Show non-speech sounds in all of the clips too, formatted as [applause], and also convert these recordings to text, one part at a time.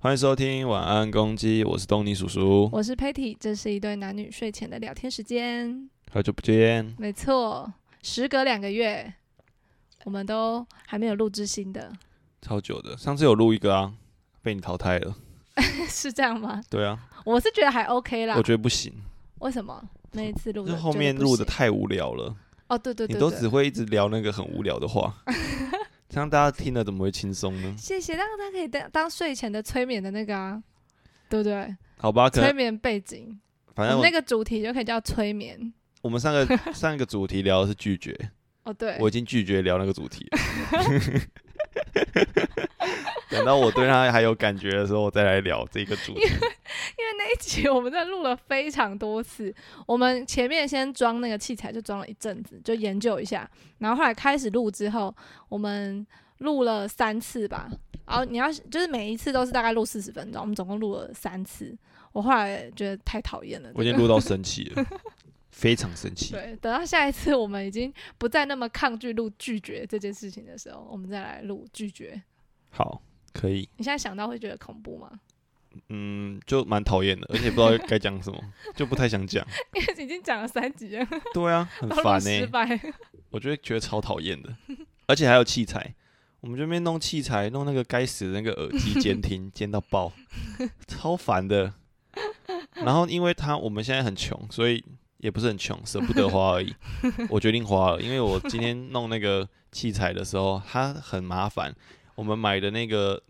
欢迎收听《晚安公鸡》，我是东尼叔叔，我是 Patty，这是一对男女睡前的聊天时间。好久不见。没错，时隔两个月，我们都还没有录制新的， [laughs] 超久的，上次有录一个啊，被你淘汰了。是这样吗？对啊，我是觉得还 OK 啦我。觉得不行，为什么那一啊次录就的后觉得面不录的行太无聊了，哦，对对你对都只对，会一直聊那个很无聊的话，这样大家听了怎么会轻松 [laughs] 呢？谢谢，让他可以当当睡前的催眠的那个啊，对不对？好吧，可催能眠背景，反我正们我那个主题就可以叫催眠。我们上 [laughs] 个上一个主题聊的是拒绝，哦，对，我已经拒绝聊那个主 [laughs] 题了。等到我对他还有感觉的时候，我再来聊这个主题。因为那一集我们在录了非常多次，我们前面先装那个器材就装了一阵子，就研究一下，然后后来开始录之后，我们录了三次吧。然后你要就是每一次都是大概录四十分钟，我们总共录了三次。我后来觉得太讨厌了，我已经这个录到生气了，非常生气。对，等到下一次我们已经不再那么抗拒录拒绝这件事情的时候，我们再来录拒绝。好，可以，你现在想到会觉得恐怖吗？ [laughs] 嗯，就蛮讨厌的，而且不知道该讲什么，就不太想讲。因为已经讲了三集了，对啊，很都烦录呢、失败。我觉得觉得超讨厌的，而且还有器材，我们这边弄器材，弄那个该死的那个耳机监听，监到爆，超烦的。然后因为他我们现在很穷，所以也不是很穷，舍不得花而已。我决定花了，因为我今天弄那个器材的时候，它很麻烦。我们买的那个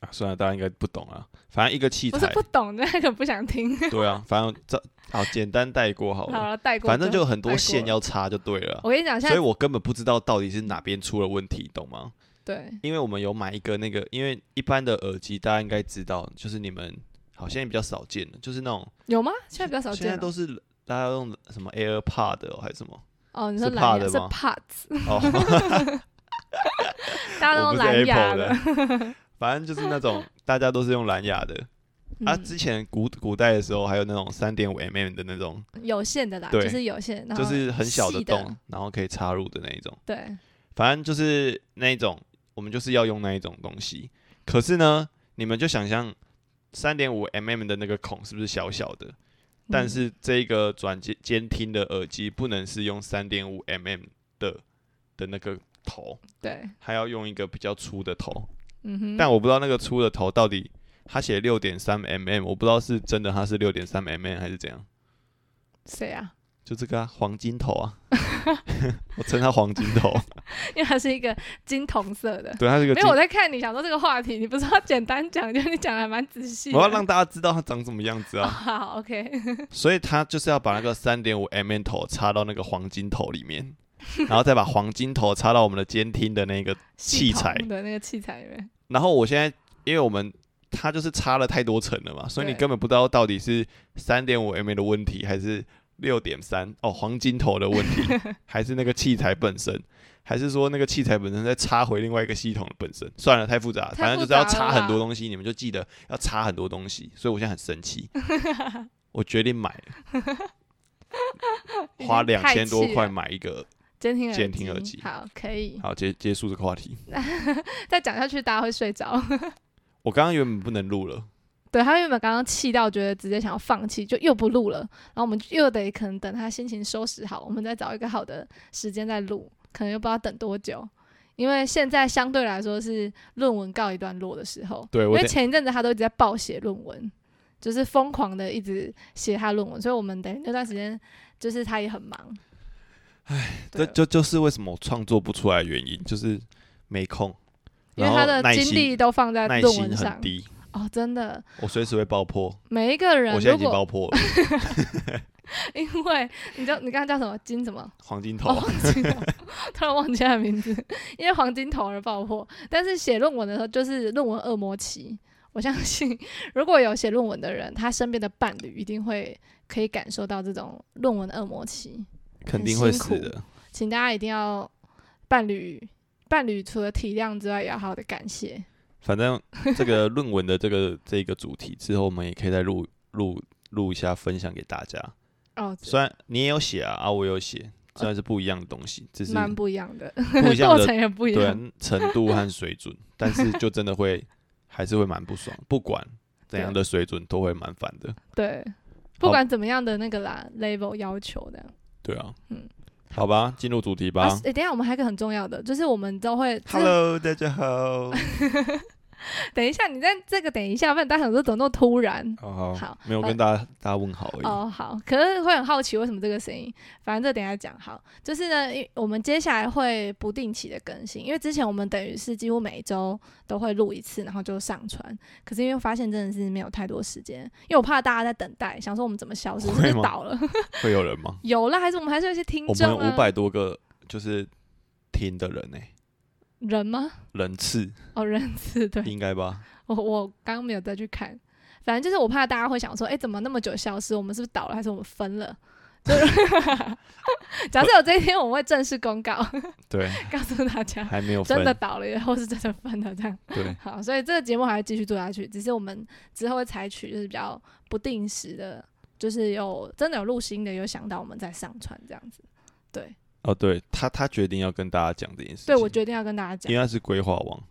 啊，算了，大家应该不懂啊。反正一个器不是材不，懂，那个不想听。 [laughs] 对啊，反正这好简单带过好好了，了，带过。反正就有很带多过线了要插就对了啊。我跟你讲，现所以在我根本不知道到底是哪边出了问题，懂吗？对因为我们有买一个那个，因为一般的耳机大家应该知道，就是你们好像也比较少见的，就是那种有吗？现在比较少现在见哦都了。是大家用什么 AirPod 哦还是什 [laughs] 么？哦，你说是蓝牙 pod 是吗 [laughs] Pods，哦，大家都我用不是蓝牙 Apple 的， [laughs] 反正就是那种大家都是用蓝牙的。啊，嗯，之前古古代的时候还有那种三点五 mm 的那种，有线的啦，对就是有线，然后就是很小细的洞，然后可以插入的那一种。对，反正就是那一种，我们就是要用那一种东西。可是呢，你们就想象三点五 mm 的那个孔是不是小小的？但嗯是这个转接监听的耳机不能是用三点五 mm 的的那个头，对，它要用一个比较粗的头。嗯哼，但我不知道那个粗的头到底，它写六点三 mm，我不知道是真的它是六点三 mm 还是怎样。谁啊？ [laughs] 就这个啊，黄金头啊，我称它黄金头，因为它是一个金铜色的。对，它是个没金有，我在看你想说这个话题，你不是要简单讲，就你讲的还蛮仔细的。我要让大家知道它长什么样子哦啊， [laughs] 好，OK，所以它就是要把那个三点五 mm 头插到那个黄金头里面，然后再把黄金头插到我们的监听的那个，器系统材的那个器材里面，然后我现在因为我们它就是插了太多层了嘛，所以你对根本不知道到底是三点五 mm 的问题还是六点三哦黄金头的问 [laughs] 题，还是那个器材本身，还是说那个器材本身再插回另外一个系统的本身？算了，太复杂了，太反正复就是要杂插了很多啦东西，你们就记得要插很多东西，所以我现在很生 [laughs] 气，我决定买了已花经两太千多气块了买一个，监听监听耳机好，可以好结结束这个话题。再讲下去，大家会睡着。我刚刚原本不能录了，对他原本刚刚气到觉得直接想要放弃，就又不录了，然后我们就又得可能等他心情收拾好，我们再找一个好的时间再录，可能又不知道等多久，因为现在相对来说是论文告一段落的时候，对因我为得前一阵子他都一直在暴写论文，就是疯狂的一直写他论文，所以我们等那段时间就是他也很忙，唉，这就就是为什么我创作不出来的原因，就是没空，因为然后他的耐精心力都放在耐论心文上很，低，哦，真的，我随时会爆破。每一个人我现在如已经果爆破了，因为 [laughs] 你知道你刚刚叫什么金什么？黄 [laughs] 金哦，头。黄金头，突然忘记他的名字，因为黄金头而爆破。但是写论文的时候，就是论文恶魔期。我相信，如果有写论文的人，他身边的伴侣一定会可以感受到这种论文的恶魔期。肯很定会辛死苦的。请大家一定要伴侣，伴侣除了体谅之外，也要好好的感谢。反正这个论文的这个这个主题之后，我们也可以再录录录一下，分享给大家。哦，虽然你也有写啊，啊我也有写，虽然是不一样的东西，只是蛮不一样的，不一样 [laughs] 过的程也不一对样啊。程度和水准，但是就真的会还是会蛮不爽，不管怎样的水准都会蛮烦的。对，不管怎么样的那个啦 level 要求的。对啊，嗯好吧，进入主题吧啊，。诶等一下我们还有一个很重要的，就是我们都会就是 Hello，大家好。哦 [laughs] 等一下，你在这个等一下，不然大家想说怎么那么突然？好好没有呃跟大家大家问好而已。哦，好，可是会很好奇为什么这个声音，反正这等一下讲好。就是呢，因我们接下来会不定期的更新，因为之前我们等于是几乎每周都会录一次，然后就上传。可是因为发现真的是没有太多时间，因为我怕大家在等待，想说我们怎么消失，会是不是吗倒了？ [laughs] 会有人吗？有啦，还是我们还是有一些听我们众啊？五百多个就是听的人呢、欸人吗？人 [laughs] 次哦，人次对，应该吧？ [laughs] 我我刚刚没有再去看，反正就是我怕大家会想说，哎、怎么那么久消失？我们是不是倒了，还是我们分了？ [laughs] [laughs] 就是假设有这一天，我们会正式公告， [laughs] 对，告诉大家还没有分真的倒了，或是真的分了这样。对，好，所以这个节目还会继续做下去，只是我们之后会采取就是比较不定时的，就是有真的有录新的，有想到我们再上传这样子。对，哦，对他他决定要跟大家讲这件事情，对我决定要跟大家讲，因为他是规划王，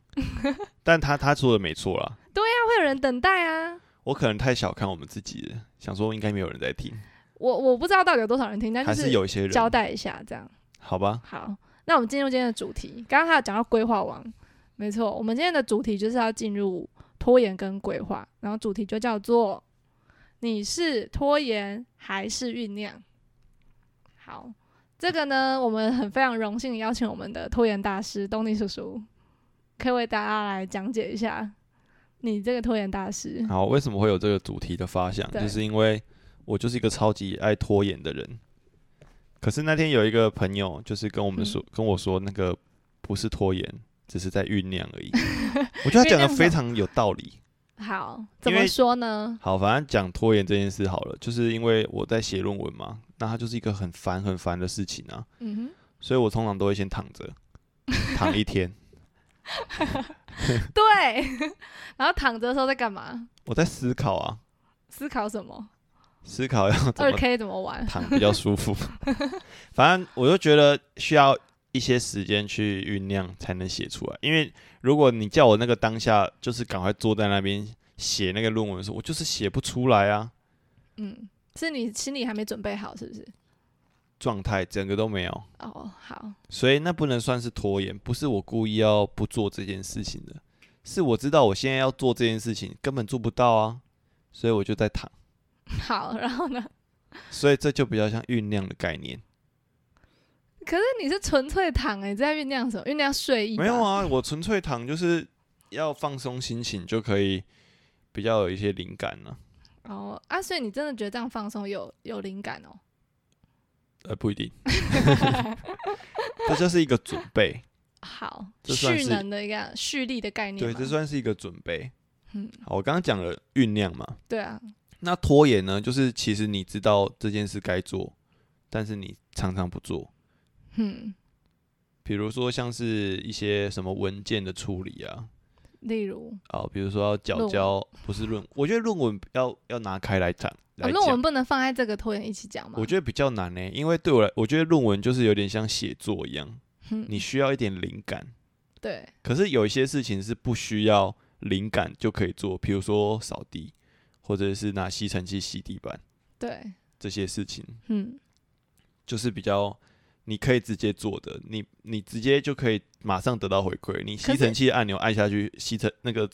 但他他说的没错啦，会有人等待啊。我可能太小看我们自己了，想说应该没有人在听，我我不知道到底有多少人听，但就还是有一些人，交代一下这样。好吧？好，那我们进入今天的主题。刚刚还有讲到规划王，没错，我们今天的主题就是要进入拖延跟规划，然后主题就叫做你是拖延还是酝酿？好，这个呢，我们很非常荣幸地邀请我们的拖延大师东尼叔叔，可以为大家来讲解一下你这个拖延大师。好，为什么会有这个主题的发想？嗯对就是因为我就是一个超级爱拖延的人。可是那天有一个朋友，就是跟我们说，跟我说那个不是拖延，只是在酝酿而已。我觉得他讲的非常有道理。好，怎因为么说呢？好，反正讲拖延这件事好了，就是因为我在写论文嘛，那它就是一个很烦很烦的事情啊， [laughs] 嗯所以我通常都会先躺着，躺一天。哼，对。 [laughs] 然后躺着的时候在干嘛？我在思考啊，思考什么？思考要 [laughs] 怎二么 K 怎么玩？躺比较舒服。 [laughs] 反正我就觉得需要一些时间去酝酿才能写出来，因为如果你叫我那个当下就是赶快坐在那边写那个论文的时候，我就是写不出来啊，嗯，是你心里还没准备好，是不是？状态整个都没有，哦，好，所以那不能算是拖延，不是我故意要不做这件事情的，是我知道我现在要做这件事情根本做不到啊，所以我就在躺， [laughs] 好，然后呢？所以这就比较像酝酿的概念。可是你是纯粹躺、欸，你在酝酿什么？酝酿睡意？没有，啊，我纯粹躺就是要放松心情，就可以比较有一些灵感了、哦啊，所以你真的觉得这样放松有有灵感哦？呃，不一 [laughs] 定，这就是一个准 [laughs] 备，好，这算蓄是能的一个蓄力的概念对，吗，这算是一个准备。嗯，好，我刚刚讲了酝酿嘛，对啊，那拖延呢，就是其实你知道这件事该做，但是你常常不做，嗯，比如说像是一些什么文件的处理啊，例如啊，比如说要论缴文交，不是论，我觉得论文要要拿开来讲，哦来论、讲。文不能放在这个拖延一起讲吗？我觉得比较难呢、因为对我来，我觉得论文就是有点像写作一样，得、嗯你需要一点灵感。对，可是有一些事情是不需要灵感就可以做，比如说扫地，或者是拿吸尘器吸地板对，这些事情，嗯，就是比较你可以直接做的，你你直接就可以马上得到回馈。你吸可是尘器按钮按下去，吸尘那个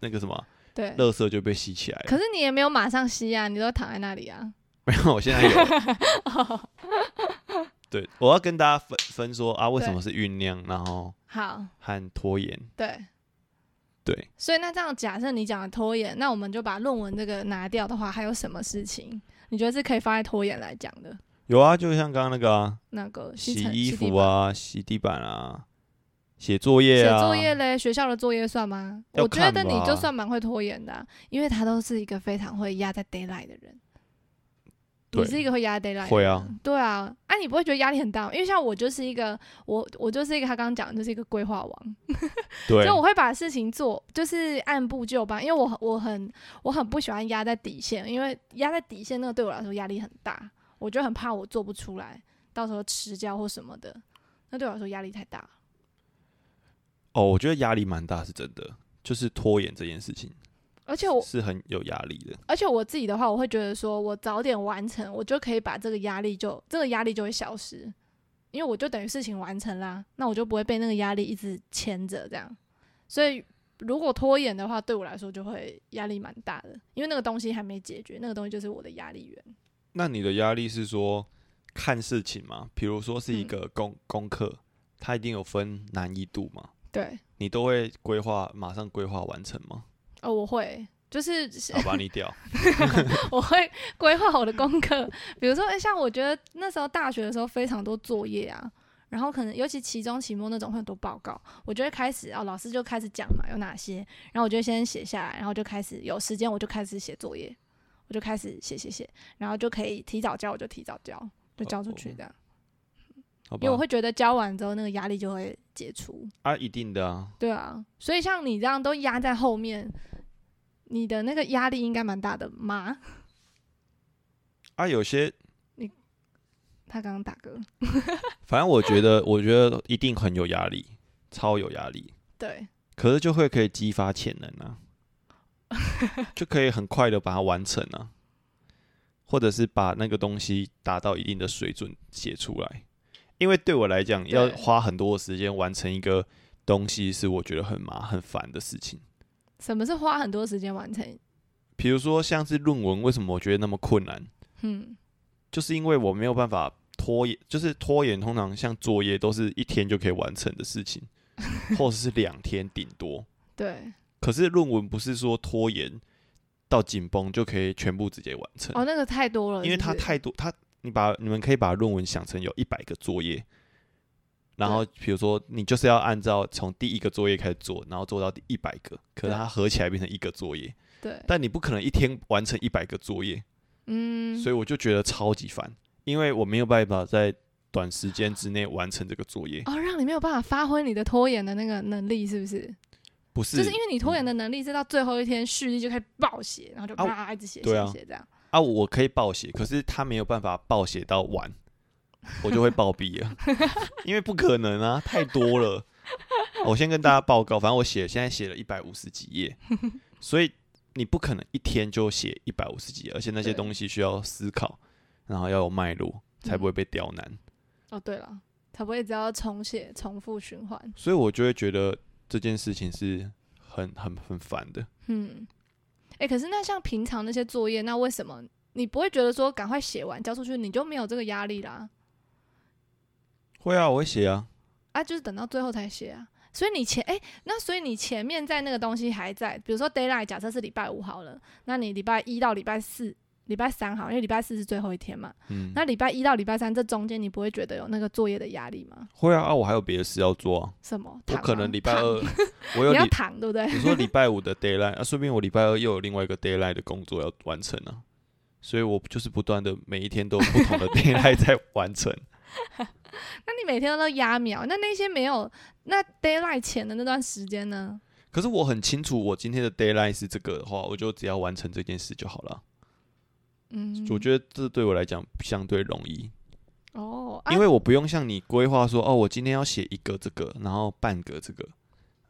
那个什么，对。垃圾就被吸起来了。可是你也没有马上吸啊，你都躺在那里 [laughs] 啊。没有，我现在 [laughs] 有。对，我要跟大家分分说啊，为什对么是酝酿，然后好，和拖延。对，对，所以那这样，假设你讲的拖延，那我们就把论文这个拿掉的话，还有什么事情你觉得是可以放在拖延来讲的？有啊，就像刚刚那个啊，那个洗尘衣吸地服板、啊，洗地板啊，写作业写啊，作业嘞，学校的作业算吗？要我觉得看你吧就算蛮会拖延的啊、因为他都是一个非常会压在 d a y l i g h t 的人。你对是一个会压 d a y l i g h t 会啊，对啊，啊，你不会觉得压力很大吗？因为像我就是一个，我我就是一个，他刚刚讲的就是一个规划王，对就，我会把事情做，就是按部就班，因为我很我很我很不喜欢压在底线，因为压在底线那个对我来说压力很大，我就很怕我做不出来，到时候迟交或什么的，那对我来说压力太大。哦，我觉得压力蛮大，是真的。就是拖延这件事情而且我，是很有压力的。而且我自己的话，我会觉得说，我早点完成，我就可以把这个压力就这个压力就会消失，因为我就等于事情完成啦，那我就不会被那个压力一直牵着这样。所以如果拖延的话，对我来说就会压力蛮大的，因为那个东西还没解决，那个东西就是我的压力源。那你的压力是说看事情吗？比如说是一个嗯功、功课，它一定有分难易度嘛？对，你都会规划，马上规划完成吗？哦，我会。就是是好吧，你 [laughs] 屌，我会规划我的功课，比如说，诶像我觉得那时候大学的时候非常多作业啊，然后可能尤其期中、期末那种会很多报告，我就会开始哦，老师就开始讲嘛，有哪些，然后我就先写下来，然后就开始有时间我就开始写作业，我就开始写写写，然后就可以提早交，我就提早交，就交出去这样，好吧因为我，会觉得交完之后那个压力就会解除，啊，一定的啊，对啊，所以像你这样都压在后面，你的那个压力应该蛮大的吗？啊，有些，他刚刚打嗝，反正我觉得，我觉得一定很有压力，超有压力，对。可是就会可以激发潜能啊，就可以很快的把它完成啊，或者是把那个东西达到一定的水准写出来。因为对我来讲，要对花很多的时间完成一个东西，是我觉得很麻很烦的事情。什么是花很多时间完成？比如说像是论文，为什么我觉得那么困难？嗯，就是因为我没有办法拖延，就是拖延通常像作业都是一天就可以完成的事情，或者是两天顶多。对。可是论文不是说拖延到紧绷就可以全部直接完成，哦，那个太多了，因为它是不是太多，它你把你们可以把论文想成有一百个作业，然后比如说你就是要按照从第一个作业开始做，然后做到第一百个，可是对它合起来变成一个作业，对，但你不可能一天完成一百个作业，嗯，所以我就觉得超级烦，因为我没有办法在短时间之内完成这个作业，哦，让你没有办法发挥你的拖延的那个能力，是不是？不是就是因为你拖延的能力是到最后一天蓄力就开始暴写，然后就啊我啪、一直写对啊写写这样。啊，我可以报写，可是他没有办法报写到完，我就会暴毙了， [laughs] 因为不可能啊，太多了。我先跟大家报告，反正我写现在写了一百五十几页，所以你不可能一天就写一百五十几页，而且那些对东西需要思考，然后要有脉络，才嗯不会被刁难。哦，对了，才不会只要重写、重复循环。所以我就会觉得这件事情是很很很烦的。嗯，哎、可是那像平常那些作业，那为什么你不会觉得说赶快写完交出去，你就没有这个压力啦？会啊，我会写啊，啊，就是等到最后才写啊。所以你前哎、那所以你前面在那个东西还在，比如说 d a y l i g h t 假设是礼拜五好了，那你礼拜一到礼拜四、礼拜三好，因为礼拜四是最后一天嘛。嗯，那礼拜一到礼拜三这中间，你不会觉得有那个作业的压力吗？会啊啊，我还有别的事要做啊，什么？我躺可吗能礼拜躺 [laughs] 二我有你要礼躺，对不对？你说礼拜五的 d a y l i g h t 啊，说不定我礼拜二又有另外一个 d a y l i g h t 的工作要完成啊，所以我就是不断的每一天都有不 [laughs] 同的 d a y l i g h t 在完成。那你每天都压秒，那那些没有那 d a y l i g h t 前的那段时间呢？可是我很清楚，我今天的 d a y l i g h t 是这个的话，我就只要完成这件事就好了。嗯，我觉得这对我来讲相对容易，得哦，啊因为我不用像你规划说，哦，我今天要写一个这个，然后半个这个，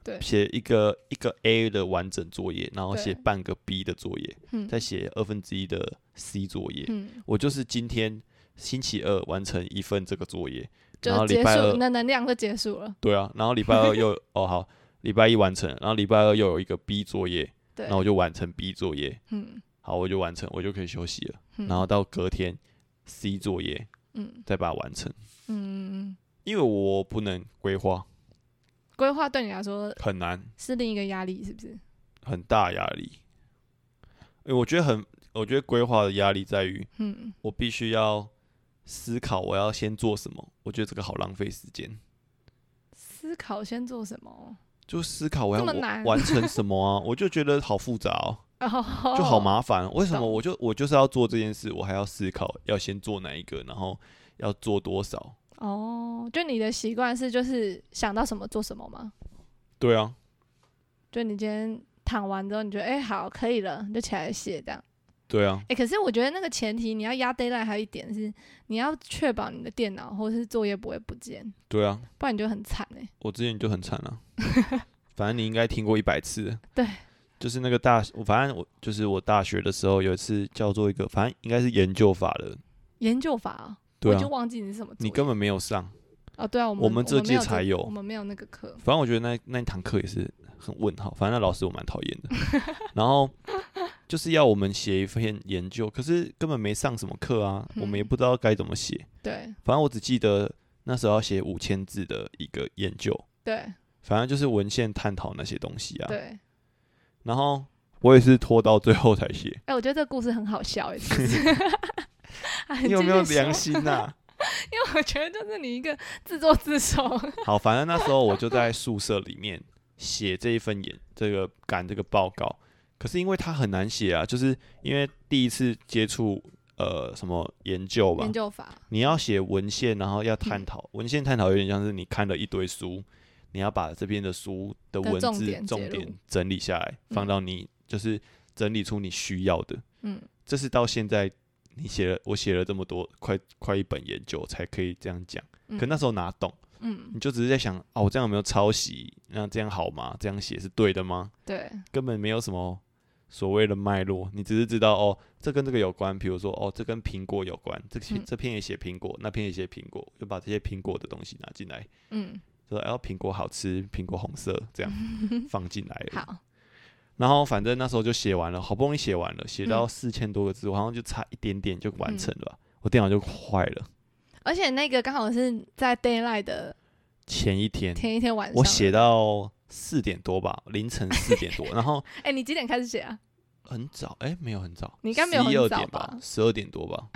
对写一个一个 A 的完整作业，然后对写半个 B 的作业，嗯再写二分之一的 C 作业，嗯，我就是今天星期二完成一份这个作业，然就后结礼拜束，二你的能量就结束了。对啊，然后礼拜二 [laughs] 又哦好，礼拜一完成，然后礼拜二又有一个 B 作业，对，那我就完成 B 作业，嗯，好我就完成，我就可以休息了，嗯然后到隔天 C 作业嗯再把它完成，嗯，因为我不能规划，规划对你来说很难，是另一个压力，是不是？很大压力，因为我觉得很，我觉得规划的压力在于嗯，我必须要思考我要先做什么，我觉得这个好浪费时间。思考先做什么？就思考我要这么我难完成什么 [laughs] 啊，我就觉得好复杂哦，哦，就好？麻烦。为什么懂我就我就是要做这件事，我还要思考要先做哪一个，然后要做多少？哦，就你的习惯是就是想到什么做什么吗？对啊，就你今天躺完之后，你觉得哎、好可以了，你就起来写这样。对啊，哎、可是我觉得那个前提你要压 d a y l i g h t 还有一点是你要确保你的电脑或是作业不会不见，对啊，不然你就很惨哎、 [laughs] 我之前就很惨啊，反正你应该听过一百次了。对，就是那个大，我反正我就是我大学的时候有一次叫做一个，反正应该是研究法的，研究法啊，对我啊就，忘记你是什么作业。你根本没有上。哦，对啊，我们我我们这没届有才这有我们没有那个课。反正我觉得那那一堂课也是很问号，反正那老师我蛮讨厌 [laughs] 的。然后就是要我们写一篇研究，可是根本没上什么课啊，我们也嗯不知道该怎么写。对反正我只记得那时候要写五千字的一个研究，对反正就是文献探讨那些东西啊。对，然后我也是拖到最后才写， [laughs] 哎，我觉得这个故事很好笑，哎，其 [laughs] 实啊你有没有继续说良心啊呐、因为我觉得就是你一个自作自受。好，反正那时候我就在宿舍里面写这一份研这个赶这个报告，可是因为它很难写啊，就是因为第一次接触呃什么 [laughs] 研究吧研，究嗯法，你要写文献，然后要探讨、文献探讨，有点像是你看了一堆书，你要把这边的书的的文重字点重截点录整理下来，放嗯到你、就是整理出你需要的。嗯，这是到现在你写了，我写了这么多，快快一本研究才可以这样讲。嗯可那时候哪懂？嗯你，就只是在想啊，我这样有没有抄袭？那这样好吗？这样写是对的吗？对根本没有什么所谓的脉络，你只是知道哦，这跟这个有关，比如说哦，这跟苹果有关，这篇嗯这篇也写苹果，那篇也写苹果，就把这些苹果的东西拿进来，嗯，说哎，苹果好吃，苹果红色，这 [laughs] 样放进来了。好，然后反正那时候就写完了，好不容易写完了，写到嗯四千多个字，我好像就差一点点就完成了吧，我电脑就坏了。而且那个刚好是在 d a y l i g h t 的前一天前一天晚上，我写，到四点多吧，凌晨四点多，然后哎、你几点开始写啊？很早，哎、没有很早，你应该没有很12早点吧十二点多 [laughs] 吧，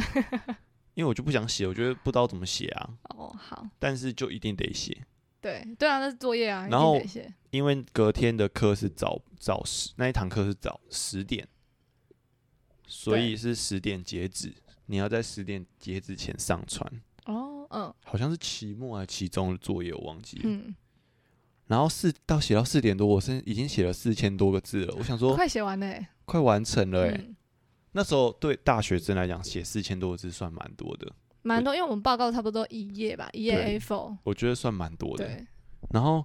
因为我就不想写，我觉得不知道怎么写啊，哦，好，但是就一定得写，对对啊，那是作业啊，一然定后得写，因为隔天的课是早早十，那一堂课是早十点，所以是十点截止，你要在十点截止前上传，哦，嗯好像是期末还是期中的作业，我忘记了。嗯，然后四到写到四点多，我是已经写了四千多个字了，我想说快写完嘞、欸，快完成了、欸，嗯，那时候对大学生来讲，写四千多个字算蛮多的。蛮多，因为我们报告差不多一页吧，一对页 A4，我觉得算蛮多的。对，然后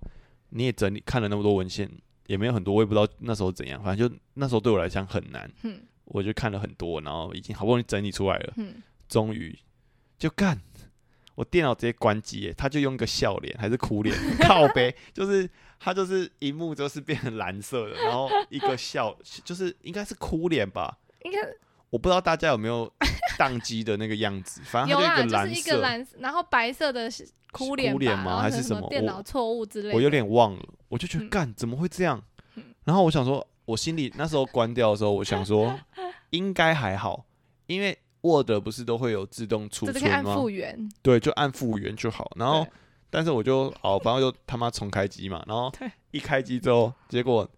你也整理看了那么多文献，也没有很多，我也不知道那时候怎样，反正就那时候对我来讲很难，嗯我就看了很多，然后已经好不容易整理出来了，嗯，终于就干。我电脑直接关机耶，他就用一个笑脸还是哭脸， [laughs] 靠呗，就是他就是荧幕就是变成蓝色的，然后一个笑，就是应该是哭脸吧，应该我不知道大家有没有宕机的那个样子，反正 [laughs] 有他啦，一个蓝就是一个色，蓝色，然后白色的是哭脸哭吧脸吗然后还是什什么电我脑错误之类的，我有点忘了，我就觉得嗯干、怎么会这样嗯？然后我想说，我心里那时候关掉的时候，我想 [laughs] 说应该还好，因为 Word 不是都会有自动储这就可以存按吗？复原，对，就按复原就好。然后对，但是我就好，反正就他妈重开机嘛。然后对一开机之后，结果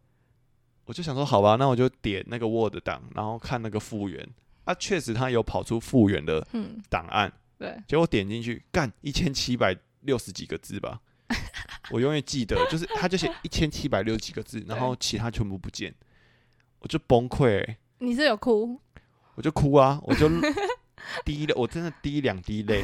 我就想说，好吧，那我就点那个 Word 档，然后看那个复原。啊，确实它有跑出复原的嗯，档案，对，结果点进去，干一千七百六十几个字吧，我永远记得，就是他就写一千七百六十几个字，然后其他全部不见，我就崩溃欸、你是有哭，我就哭啊，我就滴了，我真的滴两滴泪，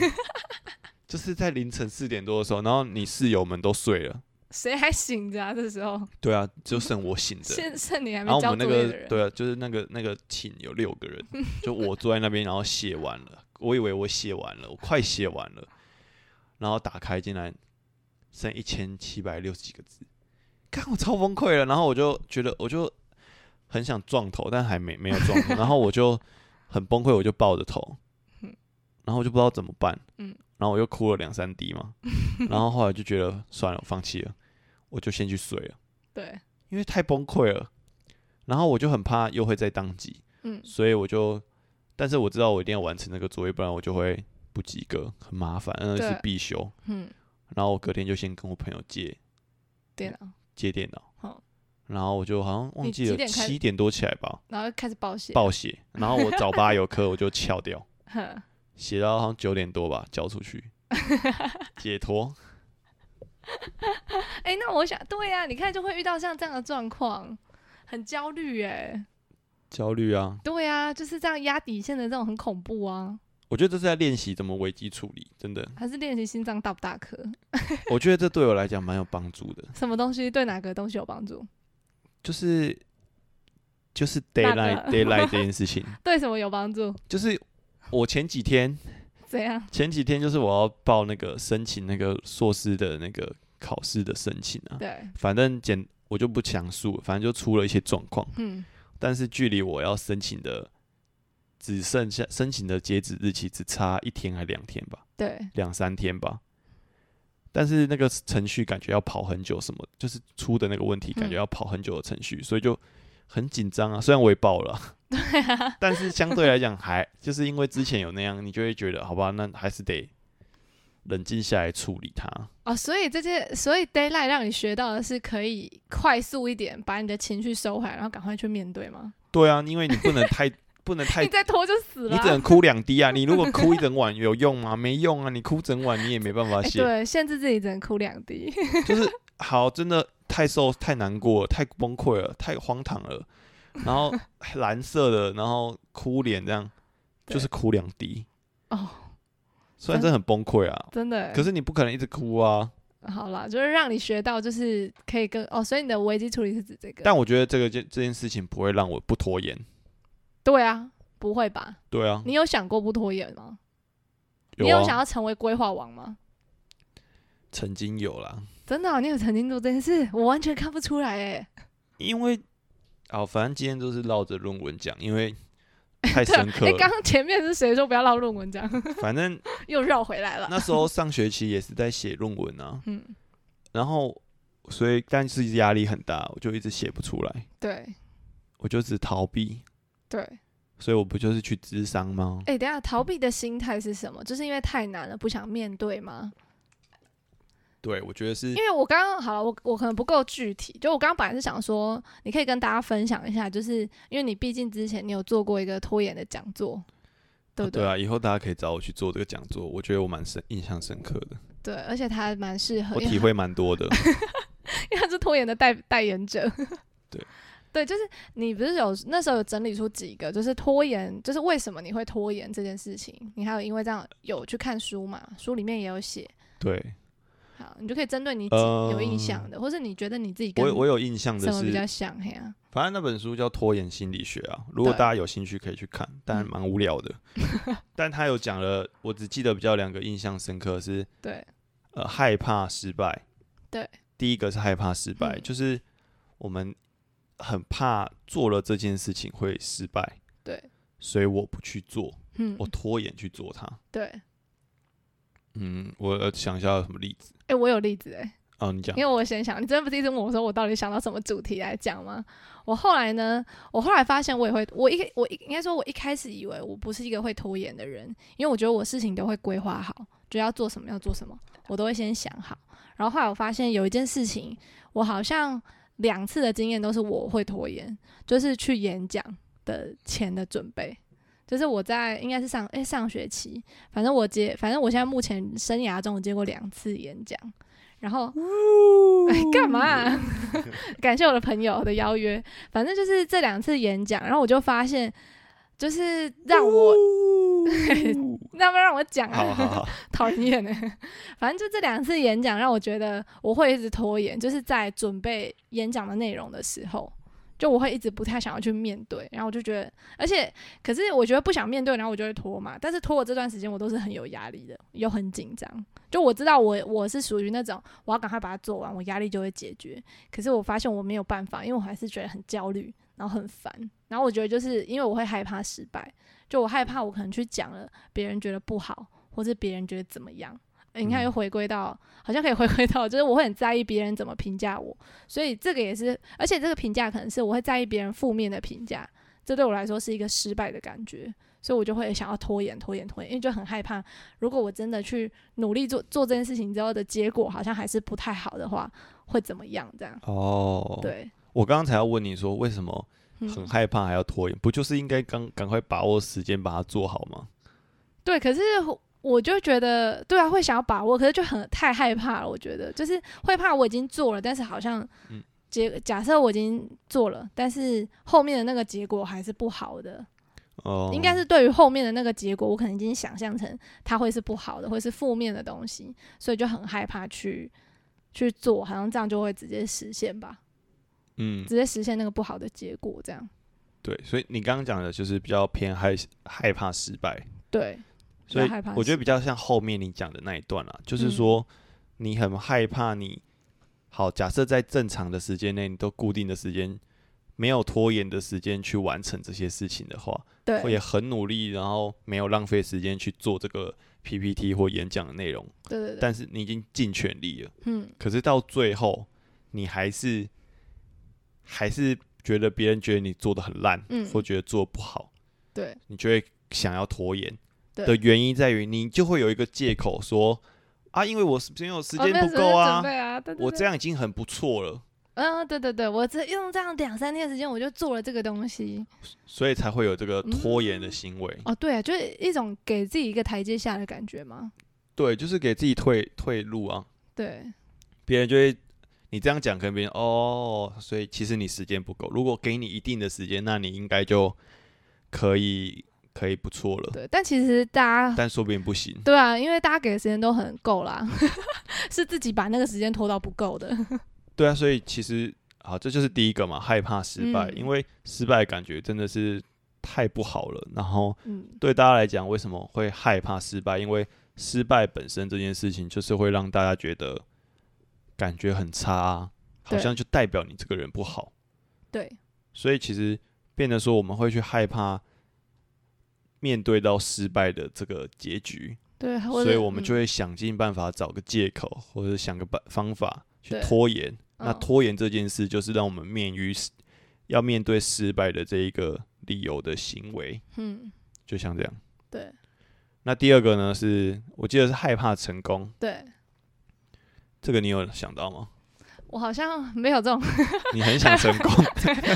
就是在凌晨四点多的时候，然后你室友们都睡了，谁还醒着啊？这时候对啊，就剩我醒着。剩剩你还然后没我交们那作业的个人，对啊，就是那个那个寝有六个人，就我坐在那边，然后写完了，我以为我写完了，我快写完了，然后打开进来，剩一千七百六十几个字，看我超崩溃了，然后我就觉得我就很想撞头，但还没没有撞头，然后我就很崩溃，我就抱着头，嗯然后我就不知道怎么办，嗯然后我又哭了两三滴嘛，然后后来就觉得算了，我放弃了，我就先去睡了。对，因为太崩溃了，然后我就很怕又会再宕机，嗯，所以我就，但是我知道我一定要完成那个作业，不然我就会不及格，很麻烦，那对是必修。嗯，然后我隔天就先跟我朋友借电脑，借电脑，好然后我就好像忘你记几了点开七点多起来吧，然后开始暴写，暴写，然后我早八有课我就翘掉，哼， [laughs] 写到好像九点多吧，交出去，解脱。哎、那我想，对呀、你看就会遇到像这样的状况，很焦虑哎、焦虑啊！对呀、就是这样压底线的这种很恐怖啊，我觉得这是在练习怎么危机处理，真的，还是练习心脏大不大颗？我觉得这对我来讲蛮有帮助的，什么东西对哪个东西有帮助？就是就是 d a y 那 l i g h t [laughs] 个 d a y l i g h t 这件事情，对什么有帮助？就是我前几天 [laughs] 怎样？前几天就是我要报那个申请那个硕士的那个考试的申请啊，对，反正简我就不详述了，反正就出了一些状况，嗯，但是距离我要申请的只剩下申请的截止日期只差一天还两天吧， [laughs] 对，两三天吧。但是那个程序感觉要跑很久，什么就是出的那个问题，感觉嗯要跑很久的程序，所以就很紧张啊。虽然我也报了 [laughs] 啊，对啊，但是相对来讲还就是因为之前有那样，你就会觉得好吧，那还是得冷静下来处理它。哦，所以这些，所以 d a y l i g h t 让你学到的是可以快速一点把你的情绪收回来，然后赶快去面对吗？对啊，因为你不能太 [laughs] 不能太你，再拖就死了你啊、只能哭两滴啊。你如果哭一整晚有用吗？没用啊，你哭整晚你也没办法哎写。对，限制自己只能哭两滴。就是好，真的太受太难过了，太崩溃了，太荒唐了，然 [laughs] 后蓝色的，然后哭脸这样，对就是哭两滴，哦，虽然真的很崩溃啊，真的。欸可是你不可能一直哭啊。好啦，就是让你学到，就是可以跟哦，所以你的危机处理是指这个？但我觉得这个件这件事情不会让我不拖延，对啊，不会吧？对啊，你有想过不拖延吗？有你有啊想要成为规划王吗？曾经有啦，真的啊、你有曾经做这件事，我完全看不出来哎。因为啊，反正今天就是绕着论文讲，因 [laughs] 为太深刻哎，刚了，刚前面是谁说不要绕论文章，反正 [laughs] 又绕回来了。那时候上学期也是在写论文啊，嗯，然后所以但是压力很大，我就一直写不出来。对我就只逃避，对。哎所以我不就是去智商吗？、等一下逃避的心态是什么？就是因为太难了，不想面对吗？对，我觉得是因为我刚刚好了，我我可能不够具体，就我刚刚本来是想说，你可以跟大家分享一下，就是因为你毕竟之前你有做过一个拖延的讲座，对不对？对啊，以后大家可以找我去做这个讲座，我觉得我蛮深印象深刻的，对而且他还蛮适合，啊我因为体会蛮多的。 [laughs] 因为他是拖延的代代言者。 [laughs] 对，对，就是你不是有那时候有整理出几个，就是拖延，就是为什么你会拖延这件事情，你还有因为这样有去看书嘛，书里面也有写，对好，你就可以针对你几呃有印象的，或是你觉得你自己跟我我有印象什的么比较是，像，嘿啊， [laughs] 反正那本书叫《拖延心理学》啊，如果对嗯大家有兴趣可以去看，但蛮无聊的。但他有讲了，我只记得比较两个印象深刻是，对呃，害怕失败。对，第一个是害怕失败，嗯就是我们很怕做了这件事情会失败，对，所以我不去做。嗯，我拖延去做它。对，哎、嗯，我呃想一下有什么例子我有例子哎、啊？你讲因为我先想，你之前不是一直问我说我到底想到什么主题来讲吗？我后来呢，我后来发现我也会，我一我一应该说，我一开始以为我不是一个会拖延的人，因为我觉得我事情都会规划好，就要做什么要做什么，我都会先想好。然后后来我发现有一件事情，我好像两次的经验都是我会拖延，就是去演讲的前的准备。就是我在应该是上诶、上学期，反正我接反正我现在目前生涯中我接过两次演讲，然后 [laughs] 哎，干嘛啊、嗯 [laughs] 感谢我的朋友的邀约。反正就是这两次演讲，然后我就发现，就是让我， [laughs] 那不让我讲好好啊，好， [laughs] 讨人厌呢。反正就这两次演讲，让我觉得我会一直拖延，就是在准备演讲的内容的时候。就我会一直不太想要去面对，然后我就觉得，而且可是我觉得不想面对，然后我就会拖嘛。但是拖我这段时间，我都是很有压力的，又很紧张。就我知道我我是属于那种我要赶快把它做完，我压力就会解决。可是我发现我没有办法，因为我还是觉得很焦虑，然后很烦。然后我觉得就是因为我会害怕失败，就我害怕我可能去讲了，别人觉得不好，或是别人觉得怎么样。诶你看，嗯又回归到，好像可以回归到，就是我会很在意别人怎么评价我，所以这个也是，而且这个评价可能是我会在意别人负面的评价，这对我来说是一个失败的感觉，所以我就会想要拖延、拖延、拖延，因为就很害怕，如果我真的去努力做做这件事情之后的结果好像还是不太好的话，会怎么样？这样哦，，对，我刚刚才要问你说为什么嗯很害怕还要拖延，不就是应该刚赶快把握时间把它做好吗？对，可是我就觉得，对啊，会想要把握，可是就很太害怕了。我觉得就是会怕我已经做了，但是好像嗯结假设我已经做了，但是后面的那个结果还是不好的，哦，应该是对于后面的那个结果，我可能已经想象成它会是不好的，会是负面的东西，所以就很害怕去去做，好像这样就会直接实现吧，嗯，直接实现那个不好的结果，这样对，所以你刚刚讲的就是比较偏害害怕失败，对，比所较以害怕我觉得失比较像后面你讲的那一段啦，就是嗯说你很害怕你好，假设在正常的时间内，你都固定的时间，没有拖延的时间去完成这些事情的话，会对也很努力，然后没有浪费时间去做这个 PPT 或演讲的内容，对对对，但是你已经尽全力了，嗯，可是到最后你还是还是觉得别人觉得你做的很烂，嗯或觉得做得不好，对你就会想要拖延对哦的原因在于你就会有一个借口说啊，因为我时因为我时哦时间不够啊，啊，对对我对这样已经很不错了，嗯，对对对，我只用这样两三天的时间，我就做了这个东西。所以才会有这个拖延的行为。哦，对、啊，就是一种给自己一个台阶下的感觉嘛。对，就是给自己退退路啊。对，别人就会你这样讲，可能别人哦，所以其实你时间不够。如果给你一定的时间，那你应该就可以可以不错了。对，但其实大家，但说不定不行，对啊，因为大家给的时间都很够啦， [laughs] 是自己把那个时间拖到不够的。对啊，所以其实啊，这就是第一个嘛，害怕失败，嗯因为失败的感觉真的是太不好了。然后嗯，对大家来讲，为什么会害怕失败？因为失败本身这件事情，就是会让大家觉得感觉很差啊、好对像就代表你这个人不好。对，所以其实变得说，我们会去害怕面对到失败的这个结局，对，或者所以我们就嗯会想尽办法找个借口，或者想个办方法去对拖延。那嗯拖延这件事，就是让我们免于失要面对失败的这一个理由的行为，嗯，就像这样。对那第二个呢，是我记得是害怕成功，对，这个你有想到吗？我好像没有这种， [laughs] 你很想成功，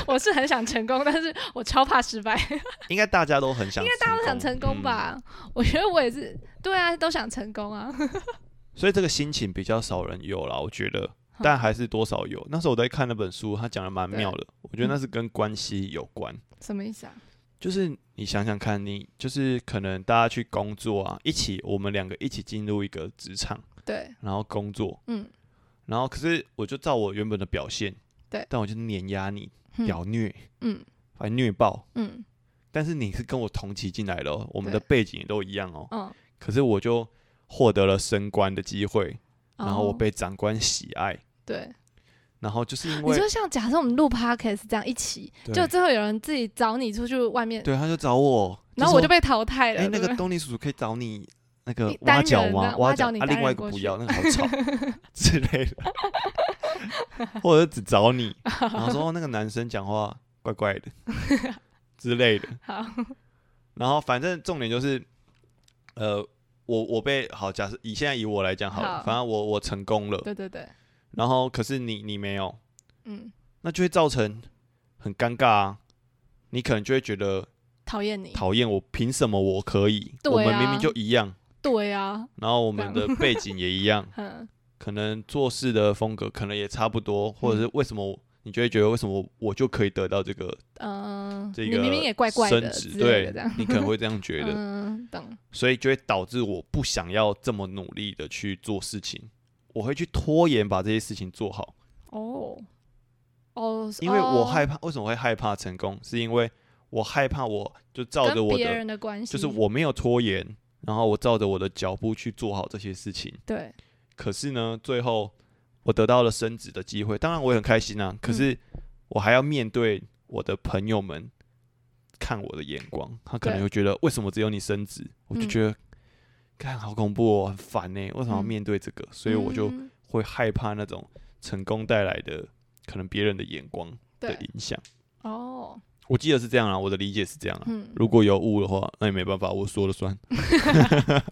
我是很想成功，但是我超怕失败。 [laughs] 应该大家都很想，应该大家都想成功嗯吧？我觉得我也是，对啊，都想成功啊。 [laughs] 所以这个心情比较少人有啦，我觉得，但还是多少有。那时候我在看那本书，他讲的蛮妙的，我觉得那是跟关系有关。什么意思啊？就是你想想看，你就是可能大家去工作啊，一起我们两个一起进入一个职场，对，然后工作，嗯，然后可是我就照我原本的表现，对但我就碾压你，嗯屌虐，嗯把你虐爆。嗯但是你是跟我同期进来的、哦，我们的对背景也都一样哦。嗯，可是我就获得了升官的机会，然后我哦被长官喜爱，对。然后就是因你为就像假设我们录 podcast 这样一起，对就最后有人自己找你出去外面，对，他就找我，然后我就说被淘汰哎、了。那对不个对东尼叔叔可以找你那个你挖单角人吗？啊挖挖角角，你啊，单另外一人个过不去要，那个好吵 [laughs] 之类的，或者只找你，然后说哦那个男生讲话怪怪 [laughs] 的之类的，好，然后反正重点就是，呃，我我被好，假设以现在以我来讲好了，好反正我我成功了，对对对，然后可是你你没有，嗯，那就会造成很尴尬啊。你可能就会觉得讨厌你，讨厌我，凭什么我可以？对啊我们明明就一样，对啊，然后我们的背景也一 [laughs] 样，嗯，可能做事的风格可能也差不多，或者是为什么你就会觉得为什么我就可以得到这个嗯，这你个明明也怪怪升的职之类对的这样，，你可能会这样觉得，嗯，懂，所以就会导致我不想要这么努力的去做事情，我会去拖延把这些事情做好，哦，哦，因为我害怕怕。为什么会害怕成功？是因为我害怕我就照着我别的，人的关系，就是我没有拖延，然后我照着我的脚步去做好这些事情。对，可是呢，最后我得到了升职的机会，当然我也很开心嗯啊。可是我还要面对我的朋友们看我的眼光，他可能对会觉得为什么只有你升职？我就嗯觉得，看、好恐怖哦，很烦呢、为什么要嗯面对这个？所以我就嗯会害怕那种成功带来的可能别人的眼光的对，影响。哦，我记得是这样啊，我的理解是这样啊。嗯，如果有误的话，那也没办法，我说了 [laughs] 算。 [laughs]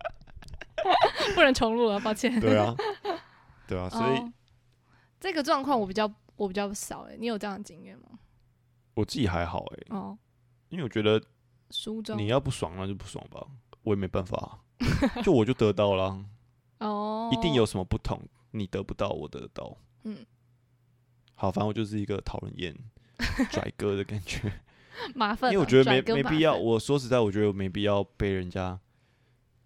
不能重录了，抱歉。对啊，对啊，所以哦这个状况我比较我比较少哎，你有这样的经验吗？我自己还好诶、哦，因为我觉得书中嗯你要不爽那就不爽吧，我也没办法啊、就我就得到了， [laughs] 哦，一定有什么不同，你得不到，我得得到。嗯， [laughs] 好，反正我就是一个讨人厌拽哥的感觉，麻烦因了，为我觉得没转更没麻必要。烦我说实在，我觉得没必要被人家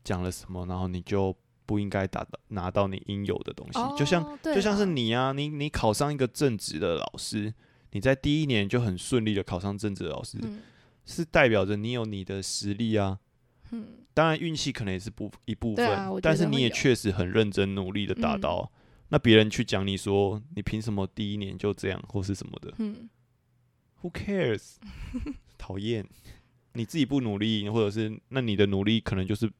讲了什么，然后你就不应该打到拿到你应有的东西。就像哦就像是对啦你啊，你你考上一个正职的老师，你在第一年就很顺利的考上正职的老师，嗯是代表着你有你的实力啊。嗯当然运气可能也是部一部对分，啊我觉但得是会你也有确实很认真努力的达嗯到。那别人去讲你说你凭什么第一年就这样或是什么的嗯， ，Who cares？讨厌，你自己不努力，或者是那你的努力可能就是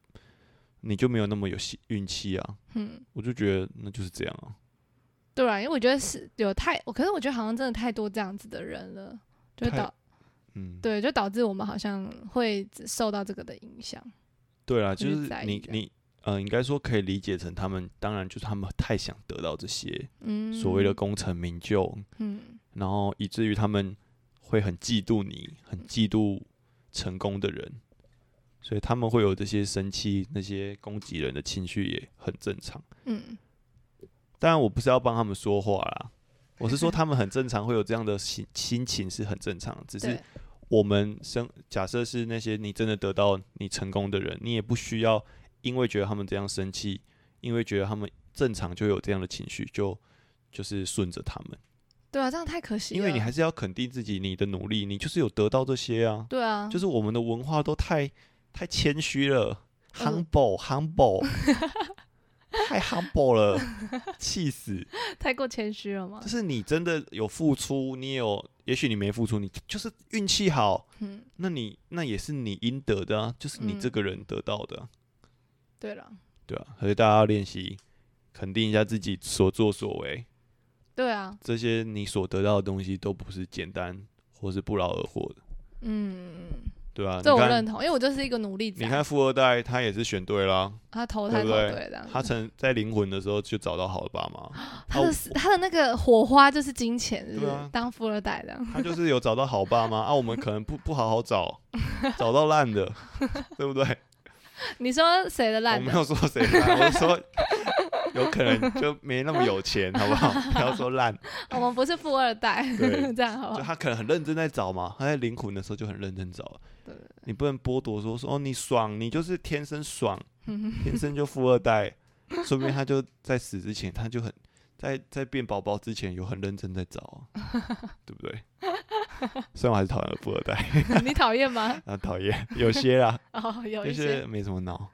你就没有那么有幸运气啊。嗯，我就觉得那就是这样啊。对啊，因为我觉得是有太，我可是我觉得好像真的太多这样子的人了，就太导嗯，对，就导致我们好像会受到这个的影响。对啦，就就是是在意你这样你呃，应该说可以理解成他们，当然就是他们太想得到这些嗯，所谓的功成名就，嗯然后以至于他们会很嫉妒你，很嫉妒成功的人，所以他们会有这些生气、那些攻击人的情绪也很正常。嗯，当然，我不是要帮他们说话啦，我是说他们很正常，会有这样的心心情是很正常的。只是对，我们生假设是那些你真的得到你成功的人，你也不需要因为觉得他们这样生气，因为觉得他们正常就有这样的情绪，就就是顺着他们。对啊，这样太可惜了。因为你还是要肯定自己，你的努力，你就是有得到这些啊。对啊，就是是我们的文化都太太谦虚了嗯，humble humble，太 humble 了，气 [laughs] 死！ [laughs] 太过谦虚了嘛就。是你真的有付出，你有，也许你没付出，你就是运气好，嗯，那你那也是你应得的啊，就是你这嗯个人得到的啊、对了，对啊，所以大家要练习肯定一下自己所作所为，对啊，这些你所得到的东西都不是简单或是不劳而获的，嗯，对吧、啊？这你我看认同，因为我就是一个努力仔。你看富二代，他也是选对啦，他投对胎不投对对这样子，他曾在灵魂的时候就找到好的爸 [gasps] 妈，嗯他的哦死他的那个火花就是金钱，是不对是？啊当富二代的，他就是有找到好爸妈啊，我们可能不不好好找，找到烂的，对不对？你说谁的我哦 [laughs] 烂没的？有说谁烂，我是说有可能就没那么有钱，好不 [laughs] 好？不要说烂，我们不是富二代，对 [laughs] 这样好就不 [laughs] 好？他可能很认真在找嘛，他在灵魂的时候就很认真找了对对你不能剥夺说说哦，你爽，你就是天生 [laughs] 爽，嗯天生就富二代，说不定他就在死之前，他就很在在变宝宝之前有很认真在找 [laughs] 啊、对不对？虽然我还是讨厌富二代， [laughs] 你讨厌吗？啊讨 [laughs] 厌有些啦，哦，有有一些些没什么脑。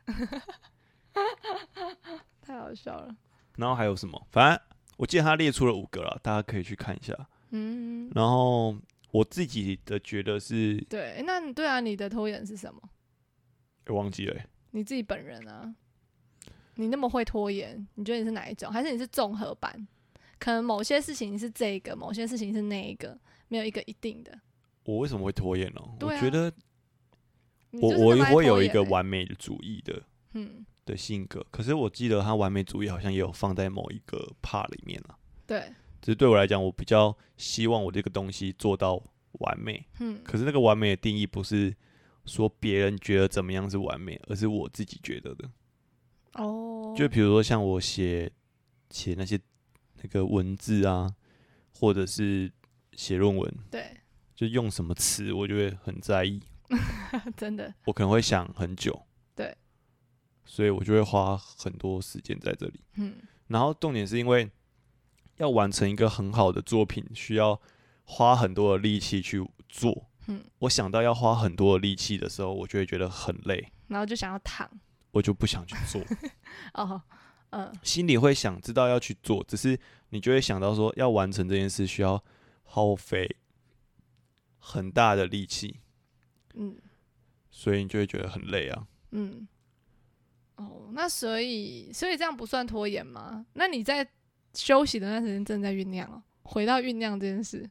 太好笑了。然后还有什么？反正我记得他列出了五个啦，大家可以去看一下。嗯，然后我自己的觉得是，对，那你对啊，你的拖延是什么？我忘记了欸、你自己本人啊，你那么会拖延，你觉得你是哪一种？还是你是综合版？可能某些事情是这个，某些事情是那一个，没有一个一定的。我为什么会拖延哦、我对啊觉得你我就是那么我爱拖会有一延个欸，完美的主义的嗯，的性格，可是我记得他完美主义好像也有放在某一个 part 里面啊。对，只是对我来讲，我比较希望我这个东西做到完美。嗯，可是那个完美的定义不是说别人觉得怎么样是完美，而是我自己觉得的。哦，就比如说像我写写那些那个文字啊，或者是写论文，对， [laughs] 就用什么词，我就会很在意。真的，我可能会想很久，对，所以我就会花很多时间在这里。嗯，然后重点是因为要完成一个很好的作品，需要花很多的力气去做。嗯我想到要花很多的力气的时候，我就会觉得很累，然后就想要躺，我就不想去做。哦，嗯，心里会想知道要去做，只是你就会想到说，要完成这件事需要耗费很大的力气，嗯所以你就会觉得很累啊。嗯，哦，那所以所以这样不算拖延吗？那你在休息的那段时间正在酝酿哦，回到酝酿这件事，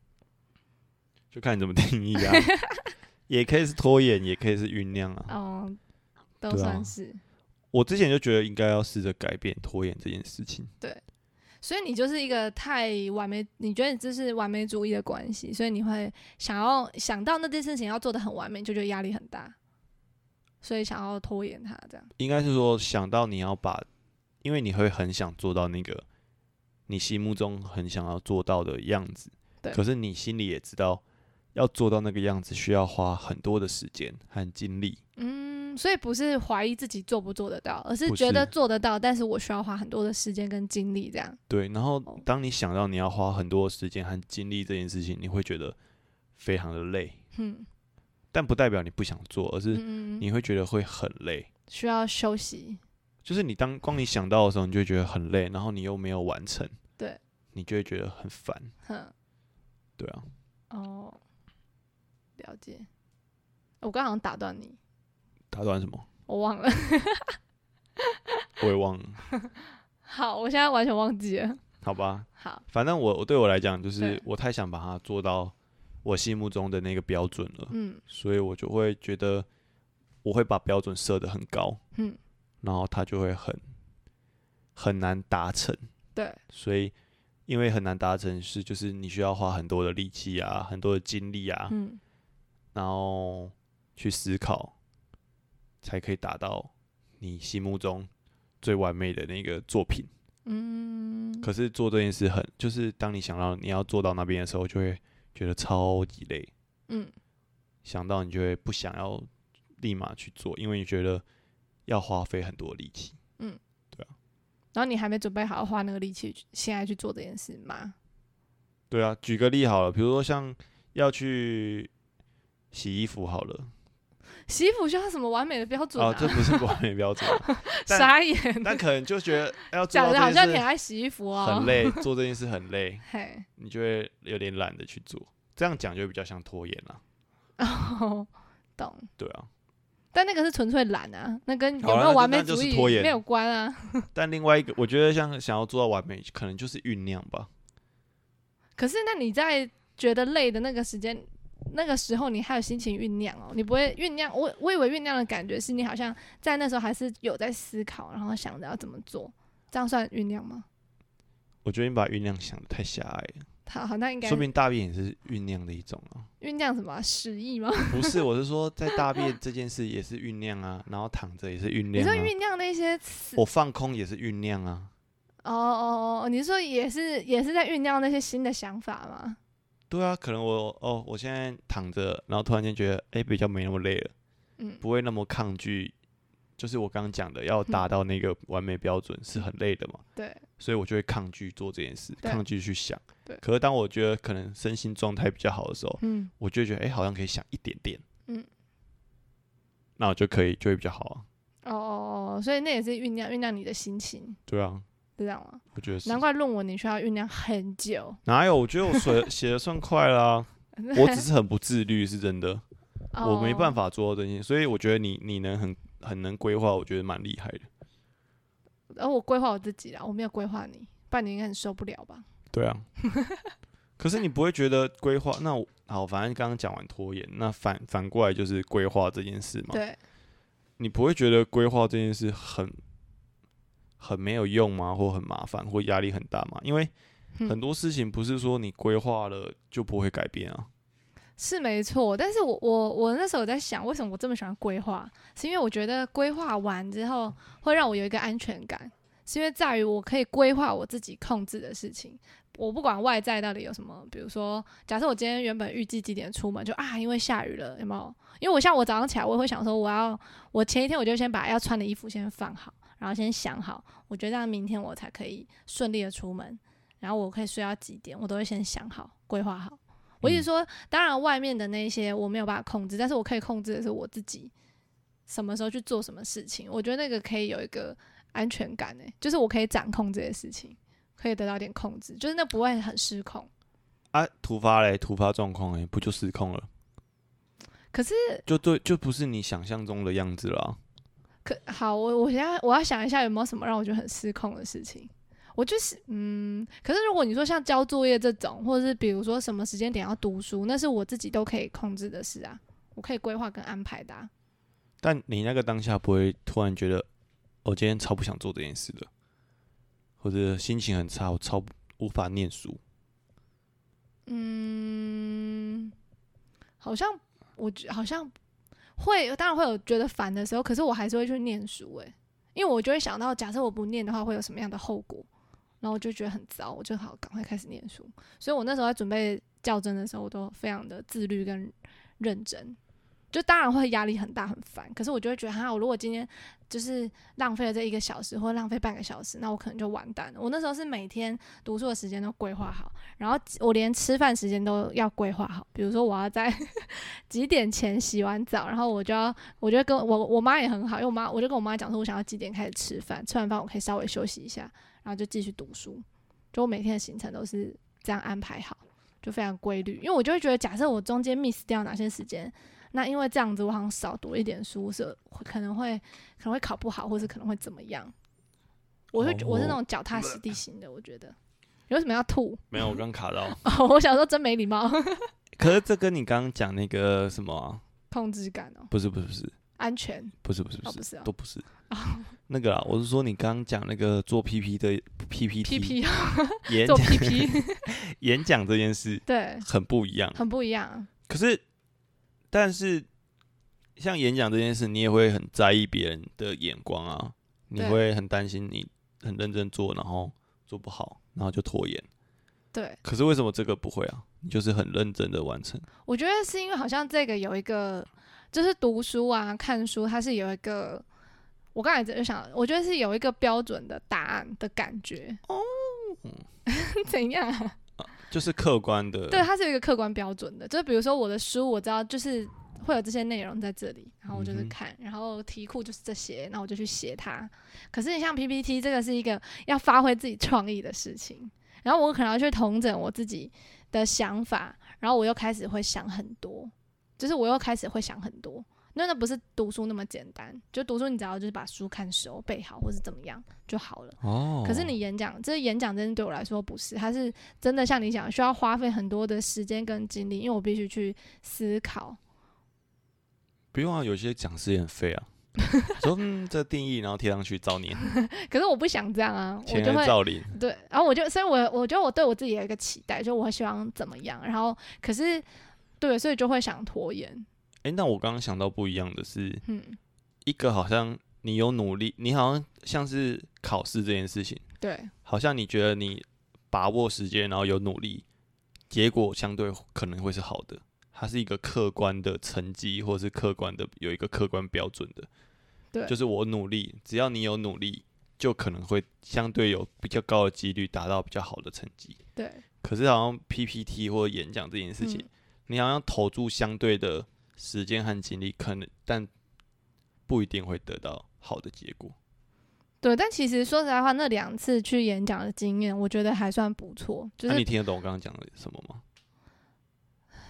就看你怎么定义 [laughs] 啊，也可以是拖延，也可以是酝酿啊。哦，都对啊算是。我之前就觉得应该要试着改变拖延这件事情。所以你就是一个太完美，你觉得你这是完美主义的关系，所以你会想要想到那件事情要做的很完美，就觉得压力很大，所以想要拖延它这样。应该是说想到你要把，因为你会很想做到那个你心目中很想要做到的样子，对可是你心里也知道要做到那个样子，需要花很多的时间和精力。嗯，所以不是怀疑自己做不做得到，而是不觉得是做得到，但是我需要花很多的时间跟精力这样。对，然后哦当你想到你要花很多的时间和精力这件事情，你会觉得非常的累，嗯但不代表你不想做，而是嗯嗯，你会觉得会很累。需要休息。就是你当光你想到的时候，你就会觉得很累，然后你又没有完成，对，你就会觉得很烦。哼，对啊，哦，了解。我刚好像打断你，打断什么？我忘了。 [laughs] 我也忘了，好，我现在完全忘记了。好吧。好，反正我我对我来讲，就是对我太想把它做到我心目中的那个标准了。嗯所以我就会觉得我会把标准设得很高，嗯，然后它就会很很难达成。对，所以因为很难达成是就是你需要花很多的力气啊，很多的精力啊，嗯然后去思考，才可以达到你心目中最完美的那个作品。嗯，可是做这件事很，就是当你想到你要做到那边的时候，就会觉得超级累。嗯想到你就会不想要立马去做，因为你觉得要花费很多力气。然后你还没准备好花那个力气去，现在去做这件事吗？对啊，举个例好了，比如说像要去洗衣服好了，洗衣服需要什么完美的标准啊，啊？这不是完美 [laughs] 标准啊、但傻眼，但可能就觉得要做 [laughs] 讲到的好这像件你很事爱洗衣服很哦。累，做这件事很累，嘿， [laughs] 你就会有点懒得去做。这样讲就比较像拖延啦，哦，懂。对啊。但那个是纯粹懒啊，那跟有好没啦有那完那美就主是义拖延没有关啊。但另外一个，我觉得像想要做到完美，可能就是酝酿吧。可是那你在觉得累的那个时间，那个时候你还有心情酝酿哦，你不会酝酿。我我以为酝酿的感觉是你好像在那时候还是有在思考，然后想着要怎么做，这样算酝酿吗？我觉得你把酝酿想的太狭隘了，好好，那应该说明大便也是酝酿的一种啊。酝酿什么啊屎意吗？不是，我是说在大 [laughs] 便这件事也是酝酿啊，然后躺着也是酝你酿说啊，酝酿那些词，我放空也是酝酿啊，哦哦哦，你说也是也是在酝酿那些新的想法吗？对啊，可能我哦，我现在躺着，然后突然间觉得哎、比较没那么累了，嗯，不会那么抗拒，就是我刚刚讲的要达到那个完美标准是很累的嘛，对，所以我就会抗拒做这件事，对抗拒去想对。可是当我觉得可能身心状态比较好的时候，嗯我就会觉得哎、好像可以想一点点，嗯，那我就可以就会比较好啊，哦哦哦，所以那也是酝酿酝酿你的心情，对啊，是这样吗？我觉得是难怪论文你需要酝酿很久。哪有？我觉得我写写的算快啦、 [laughs] 我只是很不自律，是真的，我没办法。法做到这些，所以我觉得你你能很很能规划，我觉得蛮厉害的。而哦我规划我自己啦，我没有规划你，不然你应该很受不了吧？对 [laughs] 啊，可是你不会觉得规划那我好，反正刚刚讲完拖延，那反反过来就是规划这件事嘛。对，你不会觉得规划这件事很很没有用吗？或很麻烦，或压力很大吗？因为嗯很多事情不是说你规划了就不会改变啊。是没错。但是我我我那时候有在想，为什么我这么喜欢规划？是因为我觉得规划完之后会让我有一个安全感，是因为在于我可以规划我自己控制的事情。我不管外在到底有什么，比如说，假设我今天原本预计几点出门，就啊，因为下雨了，有没有？因为我像我早上起来，我也会想说，我要我前一天我就先把要穿的衣服先放好，然后先想好，我觉得这样明天我才可以顺利的出门，然后我可以睡到几点，我都会先想好规划好。我一直嗯说，当然外面的那些我没有办法控制，但是我可以控制的是我自己什么时候去做什么事情。我觉得那个可以有一个安全感诶、就是我可以掌控这些事情，可以得到一点控制，就是那不会很失控。啊，突发嘞，突发状况哎，不就失控了？可是就对，就不是你想象中的样子了啊。可好，我我现在我要想一下有没有什么让我觉得很失控的事情。我就是嗯，可是如果你说像交作业这种，或者是比如说什么时间点要读书，那是我自己都可以控制的事啊，我可以规划跟安排的、啊。但你那个当下不会突然觉得，我、今天超不想做这件事的，或者心情很差，我超不无法念书。嗯，好像我觉好像会，当然会有觉得烦的时候，可是我还是会去念书诶、因为我就会想到，假设我不念的话，会有什么样的后果，然后我就觉得很糟，我就好赶快开始念书。所以我那时候在准备呃校正的时候，我都非常的自律跟认真。就当然会压力很大很烦，可是我就会觉得哈，我如果今天就是浪费了这一个小时或浪费半个小时，那我可能就完蛋了。我那时候是每天读书的时间都规划好，然后我连吃饭时间都要规划好。比如说我要在 [laughs] 几点前洗完澡，然后我就要，我就跟我我妈也很好，因为我妈我就跟我妈讲说，我想要几点开始吃饭，吃完饭我可以稍微休息一下，然后就继续读书。就我每天的行程都是这样安排好，就非常规律。因为我就会觉得，假设我中间 miss 掉哪些时间。那因为这样子，我好像少读一点书，是可能会可能会考不好，或是可能会怎么样。我会、哦我是那种脚踏实地型的，我觉得。有什么要吐？没有，我刚卡到。 [laughs] 哦， [laughs] 我想说真没礼貌， [laughs] 可是这跟你刚刚讲那个什么啊、控制感哦，不是不是不是安全不是不是不哦，是不是哦都不是。那个啊，我是说你刚刚讲那个做 PP 的，P PPT P [laughs] 演做讲 P P， [laughs] 演讲这件 [laughs] 事对，很不一样。很不一样。啊可是，但是像演讲这件事，你也会很在意别人的眼光啊，你对会很担心你很认真做，然后做不好，然后就拖延。对，可是为什么这个不会啊？你就是很认真的完成。我觉得是因为好像这个有一个，就是读书啊、看书，它是有一个，我刚才就想，我觉得是有一个标准的答案的感觉。哦， [laughs] 怎样啊、就是客观的，对，它是有一个客观标准的，就是比如说我的书，我知道就是会有这些内容在这里，然后我就是嗯哼看，然后题库就是这些，那我就去写它。可是你像 PPT 这个是一个要发挥自己创意的事情，然后我可能要去统整我自己的想法，然后我又开始会想很多，就是我又开始会想很多。那那不是读书那么简单，就读书你只要就是把书看熟、背好，或是怎么样就好了。哦。可是你演讲，这演讲真的对我来说不是，它是真的像你讲，需要花费很多的时间跟精力，因为我必须去思考。 [laughs] 不用啊，有些讲师也很废 [laughs] 啊，说嗯这定义，然后贴上去造孽，可是我不想这样啊，我前就人会造林，对，然后我就，所以我我觉得我对我自己有一个期待，就我会希望怎么样，然后可是对，所以就会想拖延。诶，那我刚刚想到不一样的是，嗯，一个好像你有努力，你好像像是考试这件事情，对好像你觉得你把握时间，然后有努力，结果相对可能会是好的。它是一个客观的成绩，或是客观的有一个客观标准的，对，就是我努力，只要你有努力，就可能会相对有比较高的几率达到比较好的成绩。对可是好像 PPT 或演讲这件事情，嗯你好像投注相对的时间和精力，可能但不一定会得到好的结果。对，但其实说实在话，那两次去演讲的经验，我觉得还算不错。就那、啊你是听得懂我刚刚讲的什么 [laughs] 吗？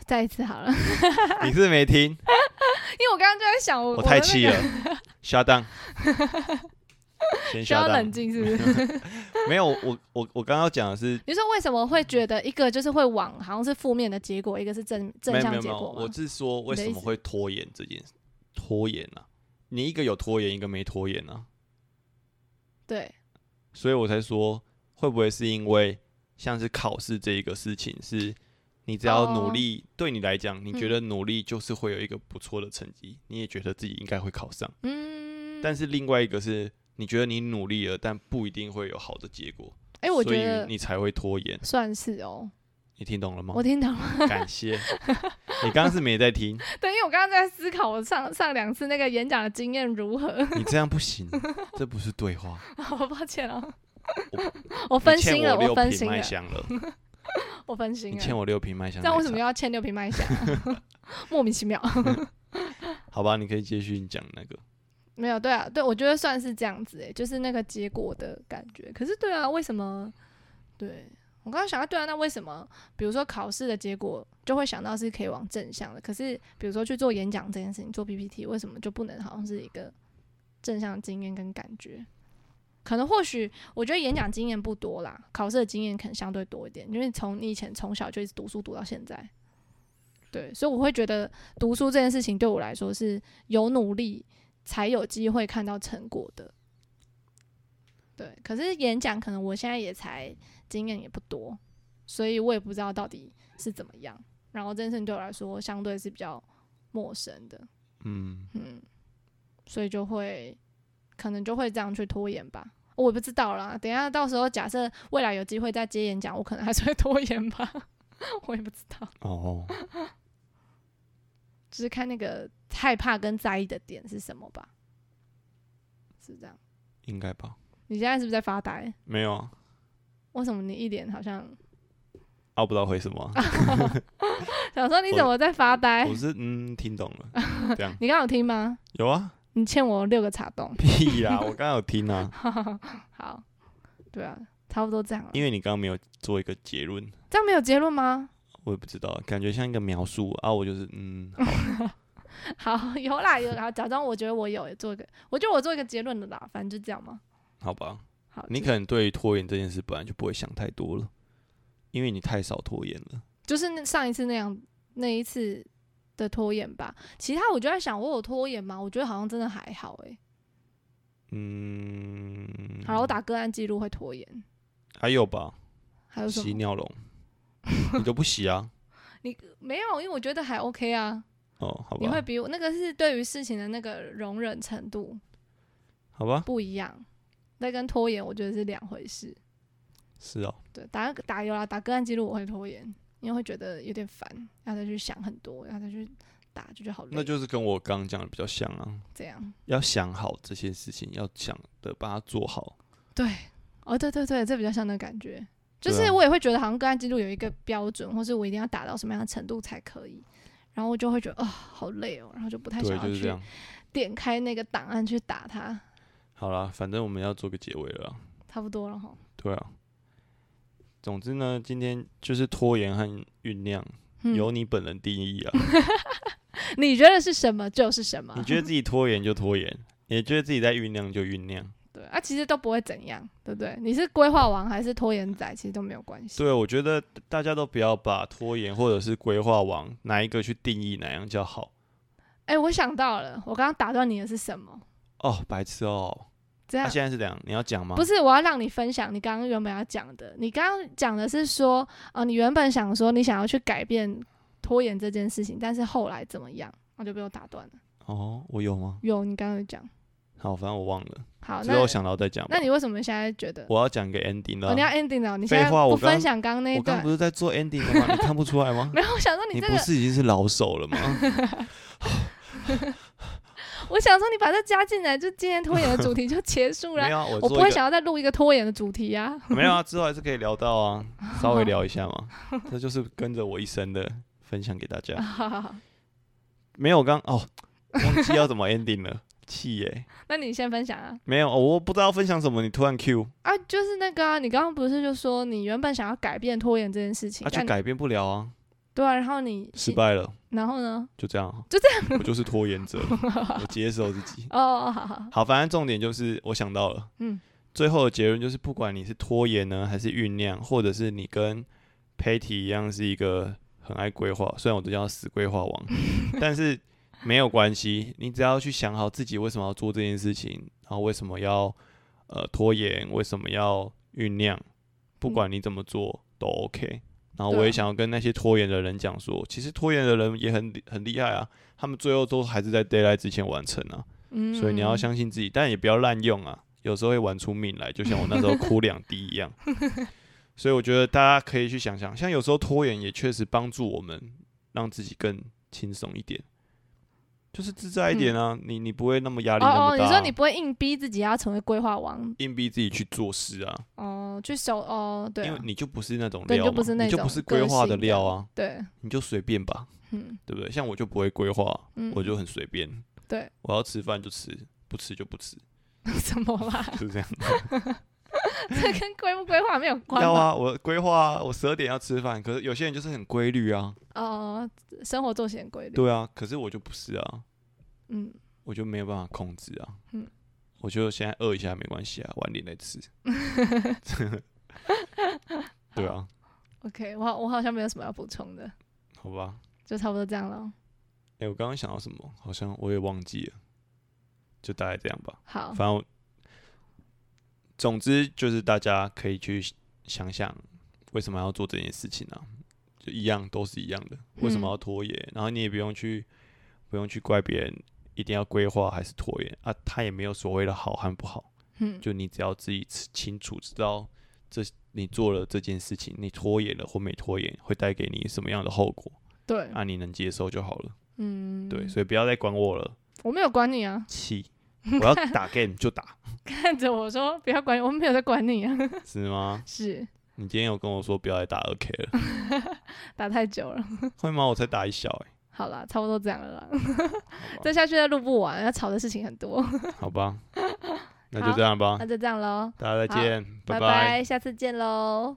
再一次好了， [laughs] 你是没听，因为我刚刚就在想我，我我太的那气个了，下 [laughs] 当，先需下要当冷。静，是不是？没有，我我我刚刚讲的是你说为什么会觉得一个就是会往好像是负面的结果，一个是正没正有没向有结没有，果吗我？是说为你的什意么思会拖延这件事？拖延啊，你一个有拖延，一个没拖延啊。对所以我才说，会不会是因为像是考试这一个事情，是你只要努哦力，对你来讲，你觉得努力就是会有一个不错的成绩，你也觉得自己应该会考上。嗯，但是另外一个是，你觉得你努力了，但不一定会有好的结果，哎、我所觉以得你才会拖延。算是哦，你听懂了吗我？听懂了。 [laughs] 感谢。你刚刚是没在听，对，因为我刚刚在思考我上上两次那个演讲的经验如何， [laughs] 你这样不行，这不是对话。好抱歉哦我，我分心了，你欠我我分六心瓶了麦，香 [laughs] 了，我分心你欠了。我六瓶麦香奶这茶。样为什么要欠六瓶麦香 [laughs] 啊？莫名其妙。好吧，你可以接续你讲那个。没有，对啊，对，我觉得算是这样子，诶，就是那个结果的感觉。可是，对啊，为什么？对我刚刚想到，对啊，那为什么？比如说考试的结果，就会想到是可以往正向的。可是，比如说去做演讲这件事情，做 PPT，为什么就不能好像是一个正向的经验跟感觉？可能或许我觉得演讲经验不多啦，考试的经验可能相对多一点，因为从你以前从小就一直读书读到现在，对，所以我会觉得读书这件事情对我来说是有努力才有机会看到成果的。对，可是演讲可能我现在也才经验也不多，所以我也不知道到底是怎么样。然后这件事情对我来说相对是比较陌生的，嗯，嗯，所以就会可能就会这样去拖延吧。我也不知道啦，等一下到时候假设未来有机会再接演讲，我可能还是会拖延吧。我也不知道，哦，只是看那个害怕跟在意的点是什么吧，是这样。应该吧？你现在是不是在发呆？没有啊，为什么你一脸好像 [laughs] 啊，我不知道回什么啊、想说你怎么在发呆 [laughs] 我？是嗯，听懂了，这样你刚刚有听吗？有啊， [laughs] 你欠我六个茶冻。屁啦，我刚刚有听啊， [laughs] 好，对啊，差不多这样了。因为你刚刚没有做一个结论，这样没有结论吗？ [laughs] 我也不知道，感觉像一个描述啊，我就是嗯，好好，有啦有啦，假装我觉得我有做一个，我觉得我做一个结论的啦，反正就这样嘛。好吧， [laughs] 好，你就可能对于拖延这件事本来就不会想太多了，因为你太少拖延了。就是那上一次那样那一次的拖延吧。其他我就在想，我有拖延吗？我觉得好像真的还好诶、嗯，好了，我打个案记录会拖延，还有吧，还有什洗么？尿龙，你都不洗啊？没有，因为我觉得还 OK 啊。哦，好你会吧，比我那个是对于事情的那个容忍程度好吧，不一样，那跟拖延我觉得是两回事。是哦，对，打打有啦，打个案记录我会拖延，因为会觉得有点烦，要再去想很多，要再去打，就觉得好累。那就是跟我刚刚讲的比较像啊。这样。要想好这些事情，要想的把它做好。对，哦，对对对，这比较像那感觉。就对是啊我也会觉得好像个案记录有一个标准，或是我一定要达到什么样的程度才可以，然后我就会觉得哦，好累哦，然后就不太想对，要就是这去样。点开那个档案去打它，好啦，反正我们要做个结尾了啊。差不多了哈。对啊。总之呢，今天就是拖延和酝酿，嗯由你本人定义 [laughs] 啊。你觉得是什么就是什么你，觉得自己拖延就拖延，你觉得自己在酝酿就酝酿。对啊，其实都不会怎样，对不对？你是规划王还是拖延仔，其实都没有关系。对，啊我觉得大家都不要把拖延或者是规划往哪一个去定义哪样叫好哎，我想到了，我刚刚打断你的是什么？哦，白痴哦。这那、样现在是怎样？你要讲吗？不是，我要让你分享你刚刚原本要讲的。你刚刚讲的是说，呃，你原本想说你想要去改变拖延这件事情，但是后来怎么样？我就被我打断了。哦，我有吗？有，你刚刚有讲。好，反正我忘了，好，之哦那后想到再讲吧。那你为什么现在觉得？我要讲一个 ending 了哦，啊。你要 ending 了，你现在废话不我刚分享刚刚那一我刚段不？是在做 ending 了吗？你看不出来吗？ [laughs] 没有，我想说你你这不个，是已经是老手了吗？我想说你把这加进来，就今天拖延的主题就结束了 [laughs] 没。有啊，我我不做会一个想要再录一个拖延的主题啊。没有啊，之后还是可以聊到啊，稍微聊一下 [laughs] 嘛。这就是跟着我一生的分享给大家。好好好，没有，我刚哦，忘记要怎么 ending 了，气耶、 [laughs] 那你先分享啊没有，哦我不知道分享什么，你突然 Q，啊，就是那个啊，你刚刚不是就说你原本想要改变拖延这件事情，那、就但你啊改变不了啊，对啊，然后你失，败了，然后呢？就这样啊，就这样，我就是拖延者， [laughs] 我接受自己。哦，好好，好，反正重点就是我想到了，嗯，最后的结论就是，不管你是拖延呢，还是酝酿，或者是你跟 Patty 一样是一个很爱规划，虽然我都叫死规划 [laughs] 王，但是没有关系，你只要去想好自己为什么要做这件事情，然后为什么要呃拖延，为什么要酝酿，不管你怎么做都 OK。然后嗯对啊我也想要跟那些拖延的人讲说，其实拖延的人也很很厉害啊，他们最后都还是在 d a y l i g h t 之前完成啊。嗯，所以你要相信自己，但也不要滥用啊，有时候会玩出命来，就像我那时候哭两滴一 [laughs] 样。所以我觉得大家可以去想想，像有时候拖延也确实帮助我们让自己更轻松一点，就是自在一点啊，你你不会那么压力那嗯哦哦，么你大啊、说你不会硬逼自己要成为规划王硬逼自己去做事啊，哦，去守哦，对因啊为你就不是那种对料你嘛，就不是那你就种不是规划的料啊，对，你就随便吧，嗯对不对？像我就不会规划，嗯，我就很随便，对我要吃饭就吃，不吃就不吃， [laughs] 什么啦， [laughs] 就是这样。这跟规不规划没有关要吧？啊，我规划、啊，我十二点要吃饭。可是有些人就是很规律啊，哦，生活作息很规律，对啊。可是我就不是啊，嗯，我就没有办法控制啊。嗯我就现在饿一下没关系啊，晚点再 [laughs] 吃。对啊， ，OK，我好我好像没有什么要补充的，好吧。就差不多这样了。哎、我刚刚想到什么，好像我也忘记了，就大概这样吧。好反，正我，总之就是大家可以去想想为什么要做这件事情啊，就一样都是一样的，嗯为什么要拖延？然后你也不用去不用去怪别人一定要规划还是拖延啊，他也没有所谓的好和不好，嗯，就你只要自己清清楚知道这你做了这件事情，你拖延了或没拖延，会带给你什么样的后果？对，啊，你能接受就好了。嗯，对，所以不要再管我了，我没有管你 [laughs] 啊，气！我要打 game 就 [laughs] 打，看着我说不要管你，我没有在管你啊， [laughs] 是吗？是你今天有跟我说不要再打二 K 了，打太久了，会吗？我才打一小哎、好啦，差不多这样了啦，好吧再下去再录不完，要吵的事情很多，好吧，那就这样吧那，就这样喽，大家再见，拜拜拜，下次见喽。